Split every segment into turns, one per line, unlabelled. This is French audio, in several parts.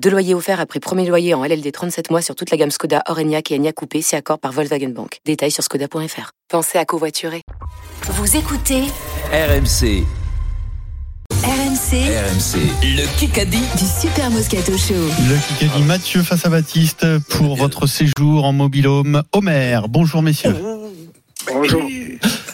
Deux loyers offerts après premier loyer en LLD 37 mois sur toute la gamme Skoda, Orenia et Enya Coupé, si accord par Volkswagen Bank. Détails sur skoda.fr. Pensez à covoiturer.
Vous écoutez
RMC,
RMC
RMC, le Kikadi.
du Super Moscato Show.
Le
Ah.
Kikadi Mathieu face à Baptiste pour votre séjour en mobile home. Homer, bonjour messieurs.
Bonjour.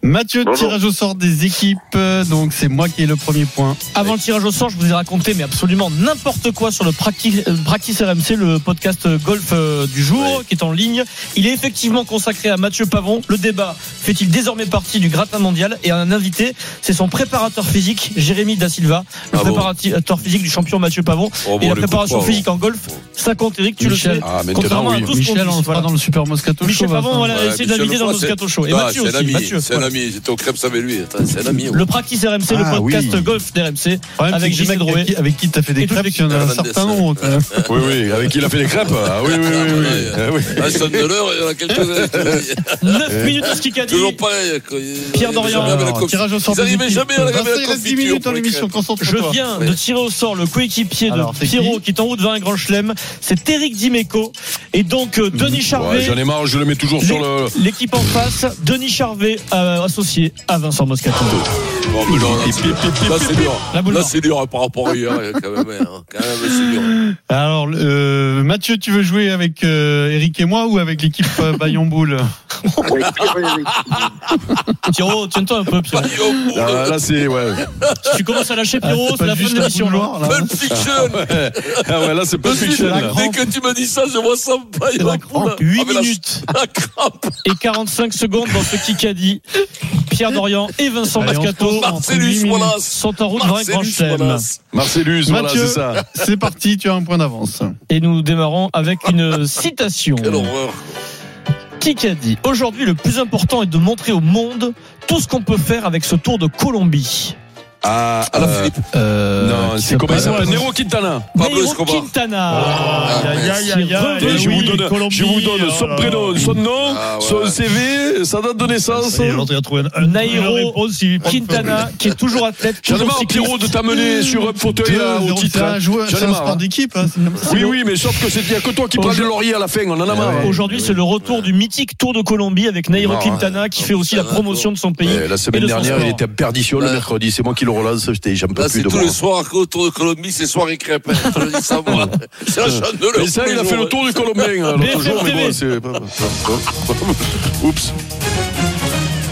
Mathieu,
Bonjour.
tirage au sort des équipes, euh, donc c'est moi qui ai le premier point.
Avant le tirage au sort, je vous ai raconté mais absolument n'importe quoi sur le Practice, euh, Practice RMC, le podcast euh, golf euh, du jour qui est en ligne. Il est effectivement consacré à Mathieu Pavon. Le débat fait-il désormais partie du gratin mondial et un invité, c'est son préparateur physique, Jérémy Da Silva, le
Ah bon
préparateur physique du champion Mathieu Pavon.
Oh, bon,
et la
le
préparation
coup de poing,
physique en golf, ça compte Eric, tu
Michel.
le sais.
Ah, maintenant,
Contrairement à
oui.
tout ce qu'on dit,
Michel, on sera
voilà.
dans le Super Moscato hein.
Michel
Show,
Pavon,
Vincent.
voilà,
Ouais,
essayez
Michel
d'inviter dans
Lefroy,
le Moscato Show. Et
Ah,
Mathieu
c'est un
aussi,
ami,
Mathieu.
c'est un ami, j'étais au crêpe avec lui, attends, c'est un
hein.
ami.
Le Practice RMC, le
Ah,
podcast
oui.
golf d'RMC.
Le problème,
Avec
c'est que
Gilles
les mecs
Drouet.
Avec qui, avec qui t'as fait des euh,
Et toute
crêpes, il y en a un
l'équipe.
certain nombre quand même.
Oui, oui, avec qui il a fait les crêpes. Ah, oui, oui, oui. oui. Ah, oui.
Un sonne de l'heure, il y en a quelques-uns.
9 minutes de ce qu'il a dit.
Toujours pareil.
Pierre Dorian.
Jamais à la
Alors,
conf-
tirage au sort
Ils
des
n'arrivaient
équipes.
jamais à la
Vincent, il reste 10
confiture
minutes
pour
en
les
émission,
crêpes.
Je
concentre-toi.
viens
Ouais.
de tirer au sort le coéquipier
Alors,
de
c'est
Pierrot
qui
qui est en route vers un grand chelem. C'est Eric Dimeco. Et donc, euh, Denis
Ouais,
Charvet,
J'en ai marre, je le mets toujours sur le.
l'équipe en face, Denis Charvet euh, associé à Vincent Moscato.
Oh,
Bon, mais non, là, c'est- là, c'est dur.
La boule
Là,
noire.
c'est
hein,
dur par rapport à hier.
Quand même, hein. Quand même, c'est dur.
Alors, euh, Mathieu, tu veux jouer avec euh, Eric et moi ou avec l'équipe euh, Bayon Boule
Avec Pierrot, Eric.
Pierrot, tiens-toi un peu, Pierrot.
Bayo Boule.
Là, Ah, là, c'est. Ouais.
Si tu commences à lâcher Pierrot, c'est
Ah, pas
la fin
juste hein.
de l'émission. là.
couloir, là.
Pulp Fiction.
Ah, ouais, là, c'est pas
Je suis-
fiction.
la
là.
grande-
Dès que tu me dis ça, je vois ça. Bayo
la
Boule.
crampe.
Ah,
8
mais la-
minutes
La crampe.
et 45 secondes dans ce Kikadi. Pierre Dorian et Vincent
Allez, on se
Moscato
concentre.
Marcellus
minutes.
Wallace.
sont en route vers un grand
Marcellus
chelem.
Wallace.
Marcellus, voilà,
Mathieu.
c'est ça.
C'est parti, tu as un point d'avance.
Et nous démarrons avec une citation.
Quelle horreur.
Qui a dit Aujourd'hui, le plus important est de montrer au monde tout ce qu'on peut faire avec ce tour de Colombie.
Ah,
À la
euh,
Philippe.
Euh,
non, c'est comment il s'appelle Nero Quintana.
Pablo
Nairo
Escobar.
Quintana.
Ah,
Aïe, aïe, aïe, aïe.
Et
Eh
je, vous
oui,
donne,
Colombie,
je vous donne
oh
son
là
prénom,
là.
son nom,
Ah, ouais.
son CV, sa date de naissance.
il a trouvé un.
Nairo Quintana, qui est toujours athlète,
J'en ai
toujours
marre, Pierrot,
cycliste. Mmh.
de t'amener sur un fauteuil là, au
C'est
titre.
un
hein.
joueur,
J'en ai
c'est un
marre,
sport
hein.
d'équipe. hein, c'est comme ça.
Oui, oui, mais sauf que c'est il y a que toi qui parle de laurier à la fin, on en a marre. hein.
Ah Aujourd'hui, c'est le retour du mythique Tour de Colombie avec Nairo
Non,
Quintana qui
non,
fait aussi
ça
la
va,
promotion de son pays.
Ouais, la
et
semaine
de son
dernière,
sport.
il était en perdition le
Là.
mercredi. C'est moi qui le relance. J'étais, j'en peux
Là,
plus
Bah, c'est
de
tous
moi.
les soirs autour de Colombie, c'est soirée crêpes. hein. Je te le dis sans moi. C'est la chaîne de l'heure.
Mais ça, il a fait le tour du Colombien hein, l'autre
BFM
jour, mais
TV.
bon, c'est pas. Oups.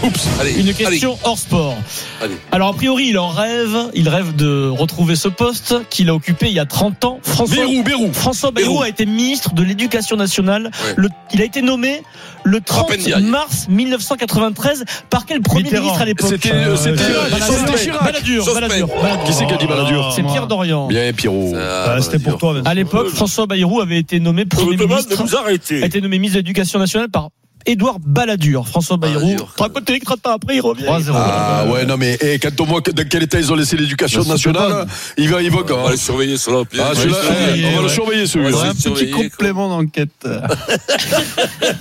Oups.
Allez,
Une
allez,
question hors sport.
Allez.
Alors, a priori, il en rêve. Il rêve de retrouver ce poste qu'il a occupé il y a 30 ans. François
Bérou, Bérou.
François Bayrou
Bayrou.
a été ministre de l'Éducation nationale.
Ouais.
Le- il a été nommé le 30
peine d'y aller.
mars 1993 par quel premier
Mitterrand.
ministre à l'époque
C'était, euh, c'était,
ouais,
euh,
ouais,
c'était
ouais,
Chirac.
Balladur,
Suspect.
Balladur.
Qui c'est qui a dit Balladur
C'est Pierre Dorian.
Bien, Pierrot.
Ah,
c'était pour toi,
À l'époque, François Bayrou avait été nommé premier ministre, hein. a
arrêter.
été nommé ministre de l'Éducation nationale par Édouard Balladur. François Bayrou.
Balladur.
Raconte les pas après, il revient.
3-0.
Ah ouais, non mais eh, quand on voit que- dans quel état ils ont laissé l'éducation
Je sais Bah, pas.
nationale, il va, il va
On
quand hein.
va les surveiller sur la
Ah, celui-là,
Ouais,
eh, on va le
ouais.
surveiller celui-là.
Un petit
surveiller, quoi.
complément d'enquête.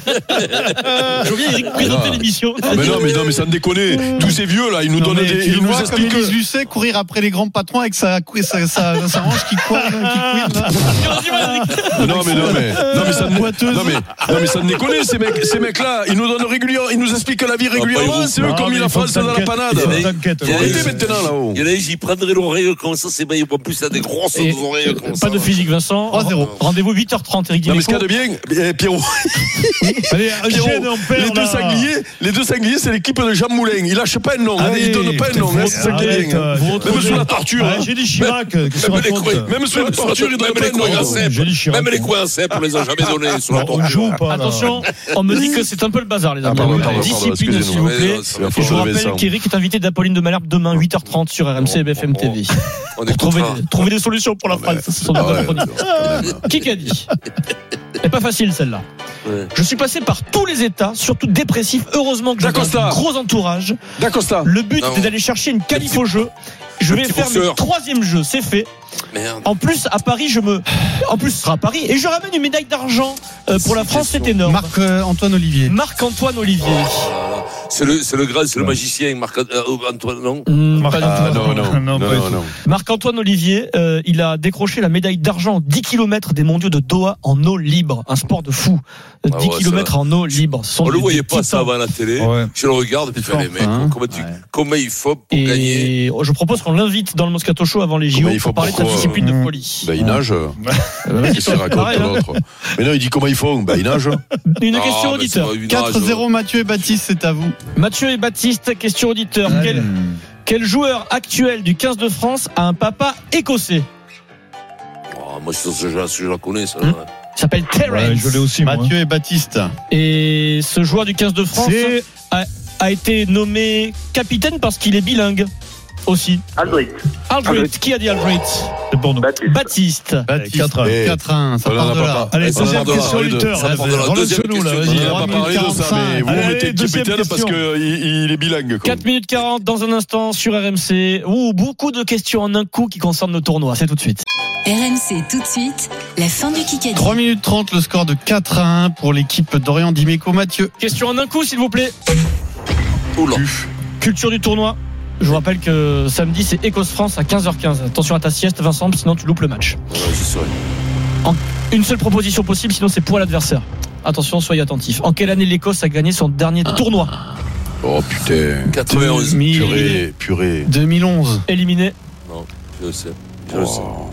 Je viens, Eric, présenter
Ah.
l'émission.
Ah, mais non, mais non, mais sans déconner. Tous ces vieux là, ils nous
Non,
donnent
mais
des,
tu le
ils nous
vois comme
expliquent.
Élise Lucet courir après les grands patrons avec sa, cou- sa, sa, sa hanche qui court, qui couine.
Vas-y, vas-y.
Non mais non mais non mais ça ne
Boiteuse.
non mais non mais ça ne déconne ces mecs ces mecs là ils nous donnent régulièrement ils nous expliquent la vie régulièrement
Bayrou.
c'est eux qui ont mis la France dans la panade
Il y en a- il y en a-
arrêtez maintenant là-haut
Il y en a, j'y prendrai l'oreille comme ça, c'est bien. En plus, il a des grosses
Et-
oreilles comme ça.
Pas de physique, Vincent.
3-0.
Rendez-vous 8h30, Eric
non mais ce
Dimeco.
qu'il y a de bien eh, Pierrot,
Allez,
Pierrot, les deux sangliers les deux sangliers c'est l'équipe de Jean Moulin ils lâchent pas un nom hein, ils donnent pas un nom hein, c'est ça qui est bien
euh,
hein. même sous la torture hein.
J'ai dit Chirac, qu'est-ce
Même les coins,
même sous la torture ils
même
donnent pas
les coins
un
à
nom hein.
cèpes,
J'ai dit Chirac.
même les coins à cèpes, on les a jamais
Ah,
donnés sur la torture.
ou pas
Attention, on me dit que c'est un peu le bazar, les amis.
Ah, pardon, pardon, pardon,
Discipline, s'il vous
excusez-moi. Il
plaît.
Mais,
va
Et je vous
Bonjour,
rappelle
Vincent.
qu'Eric est invité d'Apolline de Malherbe demain, 8h30 sur RMC et BFM
Bon, bon,
TV.
On
Pour trouver,
écoutera.
trouver des solutions pour la France. Ce sont des
Ah ouais,
bonnes chroniques.
quand même.
Qui a dit Elle est pas facile celle-là.
Ouais.
Je suis passé par tous les états, surtout dépressif. Heureusement que j'ai
D'Acosta.
un gros entourage.
D'Acosta.
Le but
Non.
c'est d'aller chercher une qualif
petit-
au jeu. Je vais
petit
faire le
boxeur.
troisième jeu, c'est fait.
Merde.
En plus, à Paris, je me. En plus, ce sera à Paris. Et je ramène une médaille d'argent euh, pour la France, c'est énorme.
Marc-Antoine euh, Olivier.
Marc-Antoine Olivier.
C'est le, c'est le grand, c'est le magicien, Marc euh, Antoine, non
Hmm, pas du tout.
Ah, non, non, non,
pas du tout.
non, non.
Marc-Antoine Olivier, euh, il a décroché la médaille d'argent en 10 km des mondiaux de Doha en eau libre. Un sport de fou. Euh, 10
Ah ouais,
km en eau libre. Ce sont
On le
des-
voyait
des
pas ça
titans.
avant la télé.
Ouais.
Je le regarde,
C'est
putain, les
fort,
mecs,
ça, hein.
comment, tu,
Ouais.
comment il faut pour gagner
Et je propose qu'on l'invite dans le Moscato Show avant les JO
Comment il faut,
pour parler de sa
pourquoi,
discipline de
euh,
folie.
Ben, il nage.
Euh, vas-y,
Qu'est-ce qu'il
toi, pareil,
raconte
hein.
l'autre Mais non, il dit comment ils font Ben, il nage.
Une
Non,
question
Ah, mais bah, c'est
auditeur.
pas une nage,
4-0 Mathieu et Baptiste, c'est à vous.
Mathieu et Baptiste, question auditeur. Quel, quel joueur actuel du 15 de France a un papa écossais
Oh, moi, je, je, je, je la connais, ça.
Hein
Hmm. Il s'appelle Terence.
aussi,
Mathieu et Baptiste.
Et ce joueur du 15 de France
C'est-
a, a été nommé capitaine parce qu'il est bilingue aussi.
Aldrit,
Aldrit, qui a dit Aldrit
Baptiste.
Baptiste.
Baptiste.
Eh.
4-1, ça
On en
part
a
de
pas
là.
parlé.
Allez,
Ça
deuxième
part de là,
question,
les deux.
lutteur.
Ça part de là.
Dans le
Deuxième
genou, là,
question,
vas-y.
on en
On n'a pas parlé de ça, mais vous
Allez,
mettez
deuxième
capitaine parce
question.
qu'il est bilingue. quoi.
4 minutes 40 dans un instant sur RMC. Ouh, beaucoup de questions en un coup qui concernent le tournoi. C'est tout de suite.
RMC tout de suite, la fin du Kikadi.
3 minutes 30, le score de 4 à 1 pour l'équipe d'Orient Dimeco. Mathieu.
Question en un coup, s'il vous plaît.
Oula.
Culture du tournoi. Je vous rappelle que samedi, c'est Écosse-France à 15h15. Attention à ta sieste, Vincent, sinon tu loupes le match.
Ouais, je sais.
Une seule proposition possible, sinon c'est pour l'adversaire. Attention, soyez attentifs. En quelle année l'Écosse a gagné son dernier tournoi
Oh putain.
91,
2000,
Purée, purée.
2011.
Éliminé.
je sais. Je le sais.
Oh.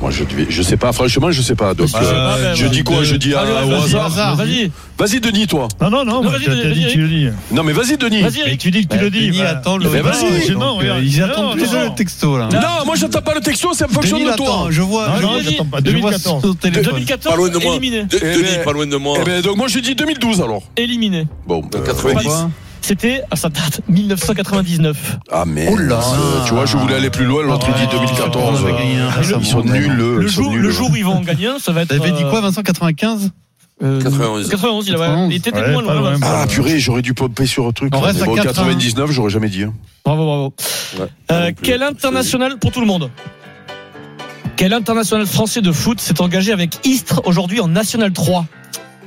Moi, je devais- je sais pas. Franchement, je sais pas. Donc,
Ah,
euh,
bah, bah,
je
bah,
dis quoi Je dis à-
Allez,
au
vas-y,
hasard.
Ah, hasard.
Vas-y,
Vas-y, Denis, toi.
Non, non, non,
Non,
bah,
vas-y,
t'as
vas-y,
t'as dit,
vas-y.
tu le dis.
Non, mais vas-y, Denis.
vas-y,
Mais
Eric.
tu dis que tu le dis.
Bah, Denis
voilà.
attend
Mais
le
vas-y.
donc,
Non,
euh,
regarde.
Ils
Non,
attendent
non,
toujours
non.
le texto là.
Non, moi, j'attends pas le texto, c'est en fonction
Denis
de
l'attend,
toi.
je vois,
Non,
je
non,
vois-
j'attends pas.
je vois
2014.
son téléphone.
Pas loin de
2014,
moi.
éliminé.
De-
Eh
Denis,
ben-
pas loin de moi.
Eh ben, donc, moi, je dis 2012 alors.
Éliminé.
Bon, ben,
90.
Pourquoi
C'était, ah, ça date, 1999.
Ah, mais.
Oh là.
Tu vois, je voulais aller plus loin. L'autre, il dit
Ah, on
2014.
va gagner un, ça
euh, Ils sont
me rend
nuls, eux.
Le
Ils sont
jour,
nuls, hein.
le
eux.
jour où ils vont en gagner, un, ça va être.
T'avais dit quoi
euh,
Vincent 95
euh,
91.
91, il avait.
91.
Il était
Ouais,
moins
pas
loin.
loin.
Vincent.
Ah, purée, j'aurais dû pomper sur un truc.
On
là.
reste
Mais
à
bon,
4, hein.
99, j'aurais jamais dit. hein.
Bravo, bravo.
Ouais,
Euh,
moi non plus.
quel international pour tout le monde Quel international français de foot s'est engagé avec Istres aujourd'hui en National 3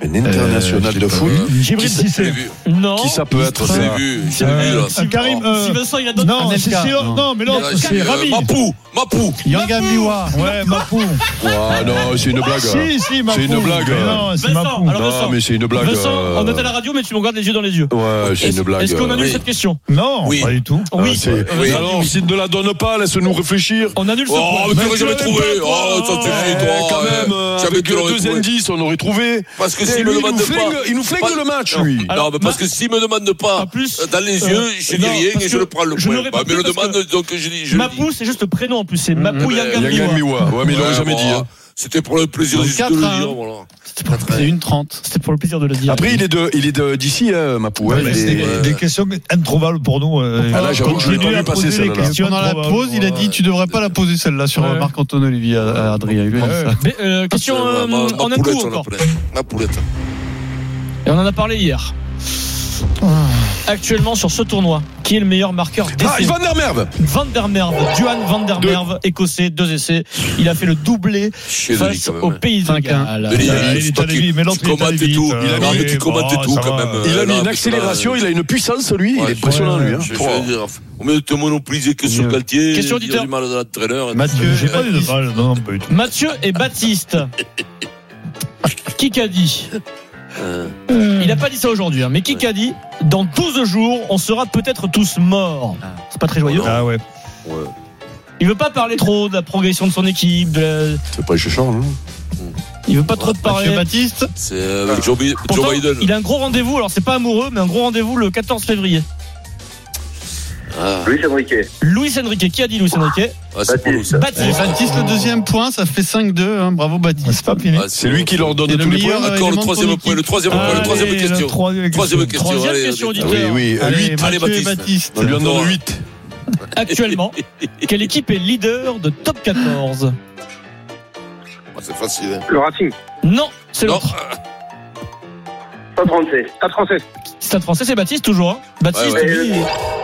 Un
Euh,
international de foot.
Qui
Djibril
ça- je l'ai
Cissé.
vu.
Non.
Qui ça peut être
Je l'ai
ça
vu. Je l'ai vu, là. Oh,
Euh, un Karim. euh,
Si Vincent il a d'autres.
Non, hein.
Anelka.
c'est c'est l'autre. Non, mais l'autre,
Euh,
c'est
euh,
Rami.
Mapou, Mapou.
Yanga Miwa.
Ouais, Mapou.
Ah non, c'est une blague. hein.
Si, si, Mapou.
C'est une blague.
Mais Non, c'est
Vincent,
Mapou.
alors-
Non,
Vincent.
mais c'est une blague.
Vincent,
euh,
on est à la radio, mais tu me regardes les yeux dans les yeux.
Ouais, c'est
Est-ce
une blague.
est-ce qu'on annule
oui.
cette question
Non,
Oui.
pas du tout.
Ah,
Oui.
c'est-
Oui.
Alors, s'il ne la donne pas, laisse-nous réfléchir.
On annule ce
Oh,
point.
mais tu l'aurais
tu
jamais
l'avais
trouvé.
pas, toi.
Oh, ça
Eh,
c'est fini, toi.
quand même, euh,
Jamais
avec
tu l'aurais
deux
trouvé.
indices, on aurait trouvé.
Parce que
Eh,
s'il
lui,
me
il, nous
demande
flingue,
pas.
il nous flingue
Pas-
le match,
Non.
lui.
Alors,
non, mais parce que s'il me demande pas,
En plus,
euh, dans les
euh,
yeux, je dis
non,
rien
parce
et je
que
le prends le
je
point.
l'aurais
Bah,
pas
mais le
fait parce
demande, donc je dis. Je dis. Mm,
Mapou, c'est juste le prénom en plus. C'est Mapou
mais
Yangan
Yangan Miwa. Ouais, mais il l'aurait
Ouais,
jamais
bon,
dit. hein.
hein. C'était pour le plaisir
Donc,
juste de
4 à
le
hein.
un.
dire, voilà.
C'est une 30.
C'était pour le plaisir de le dire.
Après, il est de, il est de- d'ici, hein, Mapou. hein,
Ouais,
il
mais
est-
c'est
ouais.
des, des questions introuvables pour nous. euh,
Ah, là, j'avoue que je l'ai
continue
pas
à
vu passer,
poser des
celle-là.
questions
Pendant la
improbables.
pause, il a dit Tu devrais pas la poser celle-là sur
Ouais.
euh, Marc-Antoine Olivier
euh,
à, à Adrien.
bah,
Il lui a dit
Ouais.
ça.
Mais, euh, question
Euh,
euh,
ma- ma
en un
poulette,
coup
on
encore.
l'appelait. Ma poulette.
Et on en a parlé hier. Actuellement sur ce tournoi, qui est le meilleur marqueur
Ah,
d'essai
Ivan Dermerve
Van der Merwe, Duan Van der Merwe, écossais, deux essais. Il a fait le doublé
Chez Denis,
face
quand même.
au
hein.
Pays de Galles.
Il
Denis, il
est
faut
allé
qu'il-
vite, mais
tu
l'autre, il est
commentes
allé
et
vite,
tout.
euh,
Il a
oui,
mis, tu
bon,
commentes et tout,
ça
quand
va.
même.
Il
Euh,
a mis
là,
une accélération,
putain,
il a une puissance, lui.
Ouais,
Il est impressionnant,
ouais,
lui. hein.
Je
Trois.
vais
euh,
dire, au mieux de te monopoliser que sur
Mieux.
Galtier,
Question
il y a
auditeur.
du mal à l'entraîneur.
Mathieu.
J'ai pas dit de mal, non, pas du tout.
Mathieu et Baptiste. Qui qu'a dit
Euh,
Il n'a pas dit ça aujourd'hui, hein, mais qui qu'a dit Dans 12 jours, on sera peut-être tous morts. C'est pas très joyeux.
Ah ouais.
ouais.
Il veut pas parler trop de la progression de son équipe. de la-
C'est pas Chouchard, non
Il veut pas trop te parler.
Mathieu Baptiste.
C'est euh, Joe, Bi- Joe
Ah. Pourtant,
Biden.
il a un gros rendez-vous, alors c'est pas amoureux, mais un gros rendez-vous le 14 février.
Ah,
Louis Fabriquet.
Luis Enrique, qui a dit Luis Enrique
ah, c'est pour nous, ça.
Et
Baptiste.
Eh, Baptiste, le deuxième point, ça fait 5-2. hein. Bravo Baptiste.
Ah,
C'est lui qui leur donne
C'est le
tous les
meilleur,
points.
euh,
Encore le
élément de
troisième
ton
point, le
équipe.
troisième point, le
Allez,
troisième
la
question.
troisième
Troisième question.
Troisième
allez,
question
allez.
auditeur.
Ah Oui, oui. euh,
Allez,
Lui,
Mathieu
Allez,
et Baptiste.
on lui en donne 8.
Actuellement, quelle équipe est leader de top 14
Ah, C'est facile. hein.
Le Racing.
Non, c'est
Non.
l'autre.
Stade français. Stade français.
Stade français, c'est Baptiste toujours. hein Baptiste,
Ouais,
ouais.
lui,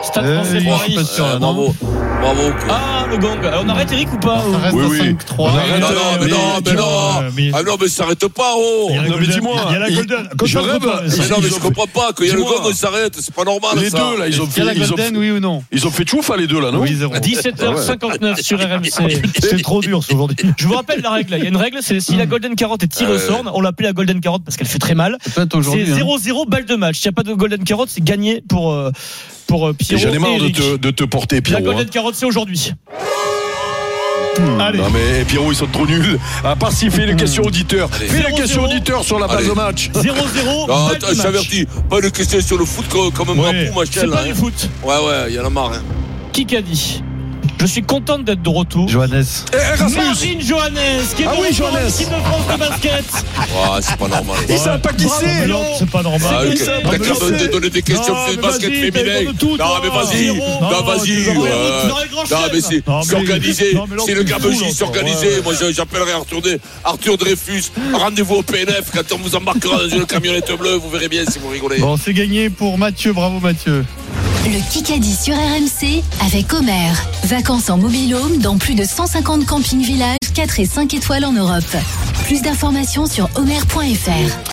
Stade
Euh,
français,
je suis
Paris.
pas sûr, là,
bravo.
Bravo. Bravo.
Ah, le gang. Alors, on arrête Eric ou pas euh
Ah,
Ça reste
Oui,
à
oui.
5-3.
On arrête,
Non,
euh,
non, mais non, mais non.
euh, mais-
Ah non, mais s'arrête pas, oh
Il y a la
non, mais
Golden-
dis-moi,
Il y a la
il-
Golden.
je
Golden Golden.
rêve, ils
Mais non, mais je
ont-
comprends pas, qu'il y a le
Dis-moi.
gong, il s'arrête, c'est pas normal.
Les
Ah, ça.
deux, là, ils
Est-ce qu'il y
ont
a
fait.
la
Ils ont fait-
Golden, oui ou non
ils ont fait chouf, là, les deux, là, non
Oui, 0.
17h59 sur RMC.
C'est trop dur ce aujourd'hui.
Je vous rappelle la règle. Il y a une règle, c'est si la Golden Carotte est tirée au sort, on l'appelait la Golden Carotte parce qu'elle fait très mal.
Peut-être
C'est
aujourd'hui. hein.
0-0 balle de match. S'il n'y a pas de Golden Carotte, c'est gagné pour, euh, pour euh,
Et
Pierrot.
J'en ai
et
marre de
Eric.
te, de te porter,
La
Pierrot.
Golden Carotte, c'est aujourd'hui.
hein.
Allez.
Non, mais Pierrot, ils sont trop nuls. À part s'il fait une question auditeur.
Allez.
Fais la
0-0.
question auditeur sur la base
Allez.
de match.
0-0
Non,
balle
Ah, attends,
de
je
match.
t'avertis, pas de questions sur le foot co- comme un
Ouais.
pour machin
C'est
là.
pas
hein.
du foot.
Ouais, ouais, il y en a marre. hein.
Qui qu'a dit Je suis contente d'être de retour.
Johannes.
Eh, Erasmus
Marine Johannes, qui est
Ah
de
oui,
retour en
Johannes.
équipe de France de basket.
Ouais, Ah, c'est pas normal.
Il savait pas qui
Bravo,
c'est
mais non, eh, c'est pas
Ah,
normal.
ok.
ça,
T'as
mais
qu'à
non,
me
c'est-
donner des questions
Non,
sur le
mais
basket
vas-y, t'as
féminin.
eu le tout,
Non, mais
toi.
vas-y.
Zéro.
Bah,
Non,
Non,
vas-y.
tu vas rien
euh,
foutre dans les grands
Non,
chefs.
mais c'est
Non, mais-
c'est organisé.
Non, mais là,
C'est
on
le
s'en fout,
gabegie,
là,
c'est
on s'en
organisé. Moi, je- j'appellerai Arthur, Dé- Arthur Dreyfus. Rendez-vous au PNF quand on vous embarquera dans une camionnette bleue. Vous verrez bien si vous rigolez.
Bon, c'est gagné pour Mathieu. Bravo, Mathieu.
Le Kikadi sur RMC avec Omer. Vacances en mobilhome dans plus de 150 campings villages 4 et 5 étoiles en Europe. Plus d'informations sur omer.fr.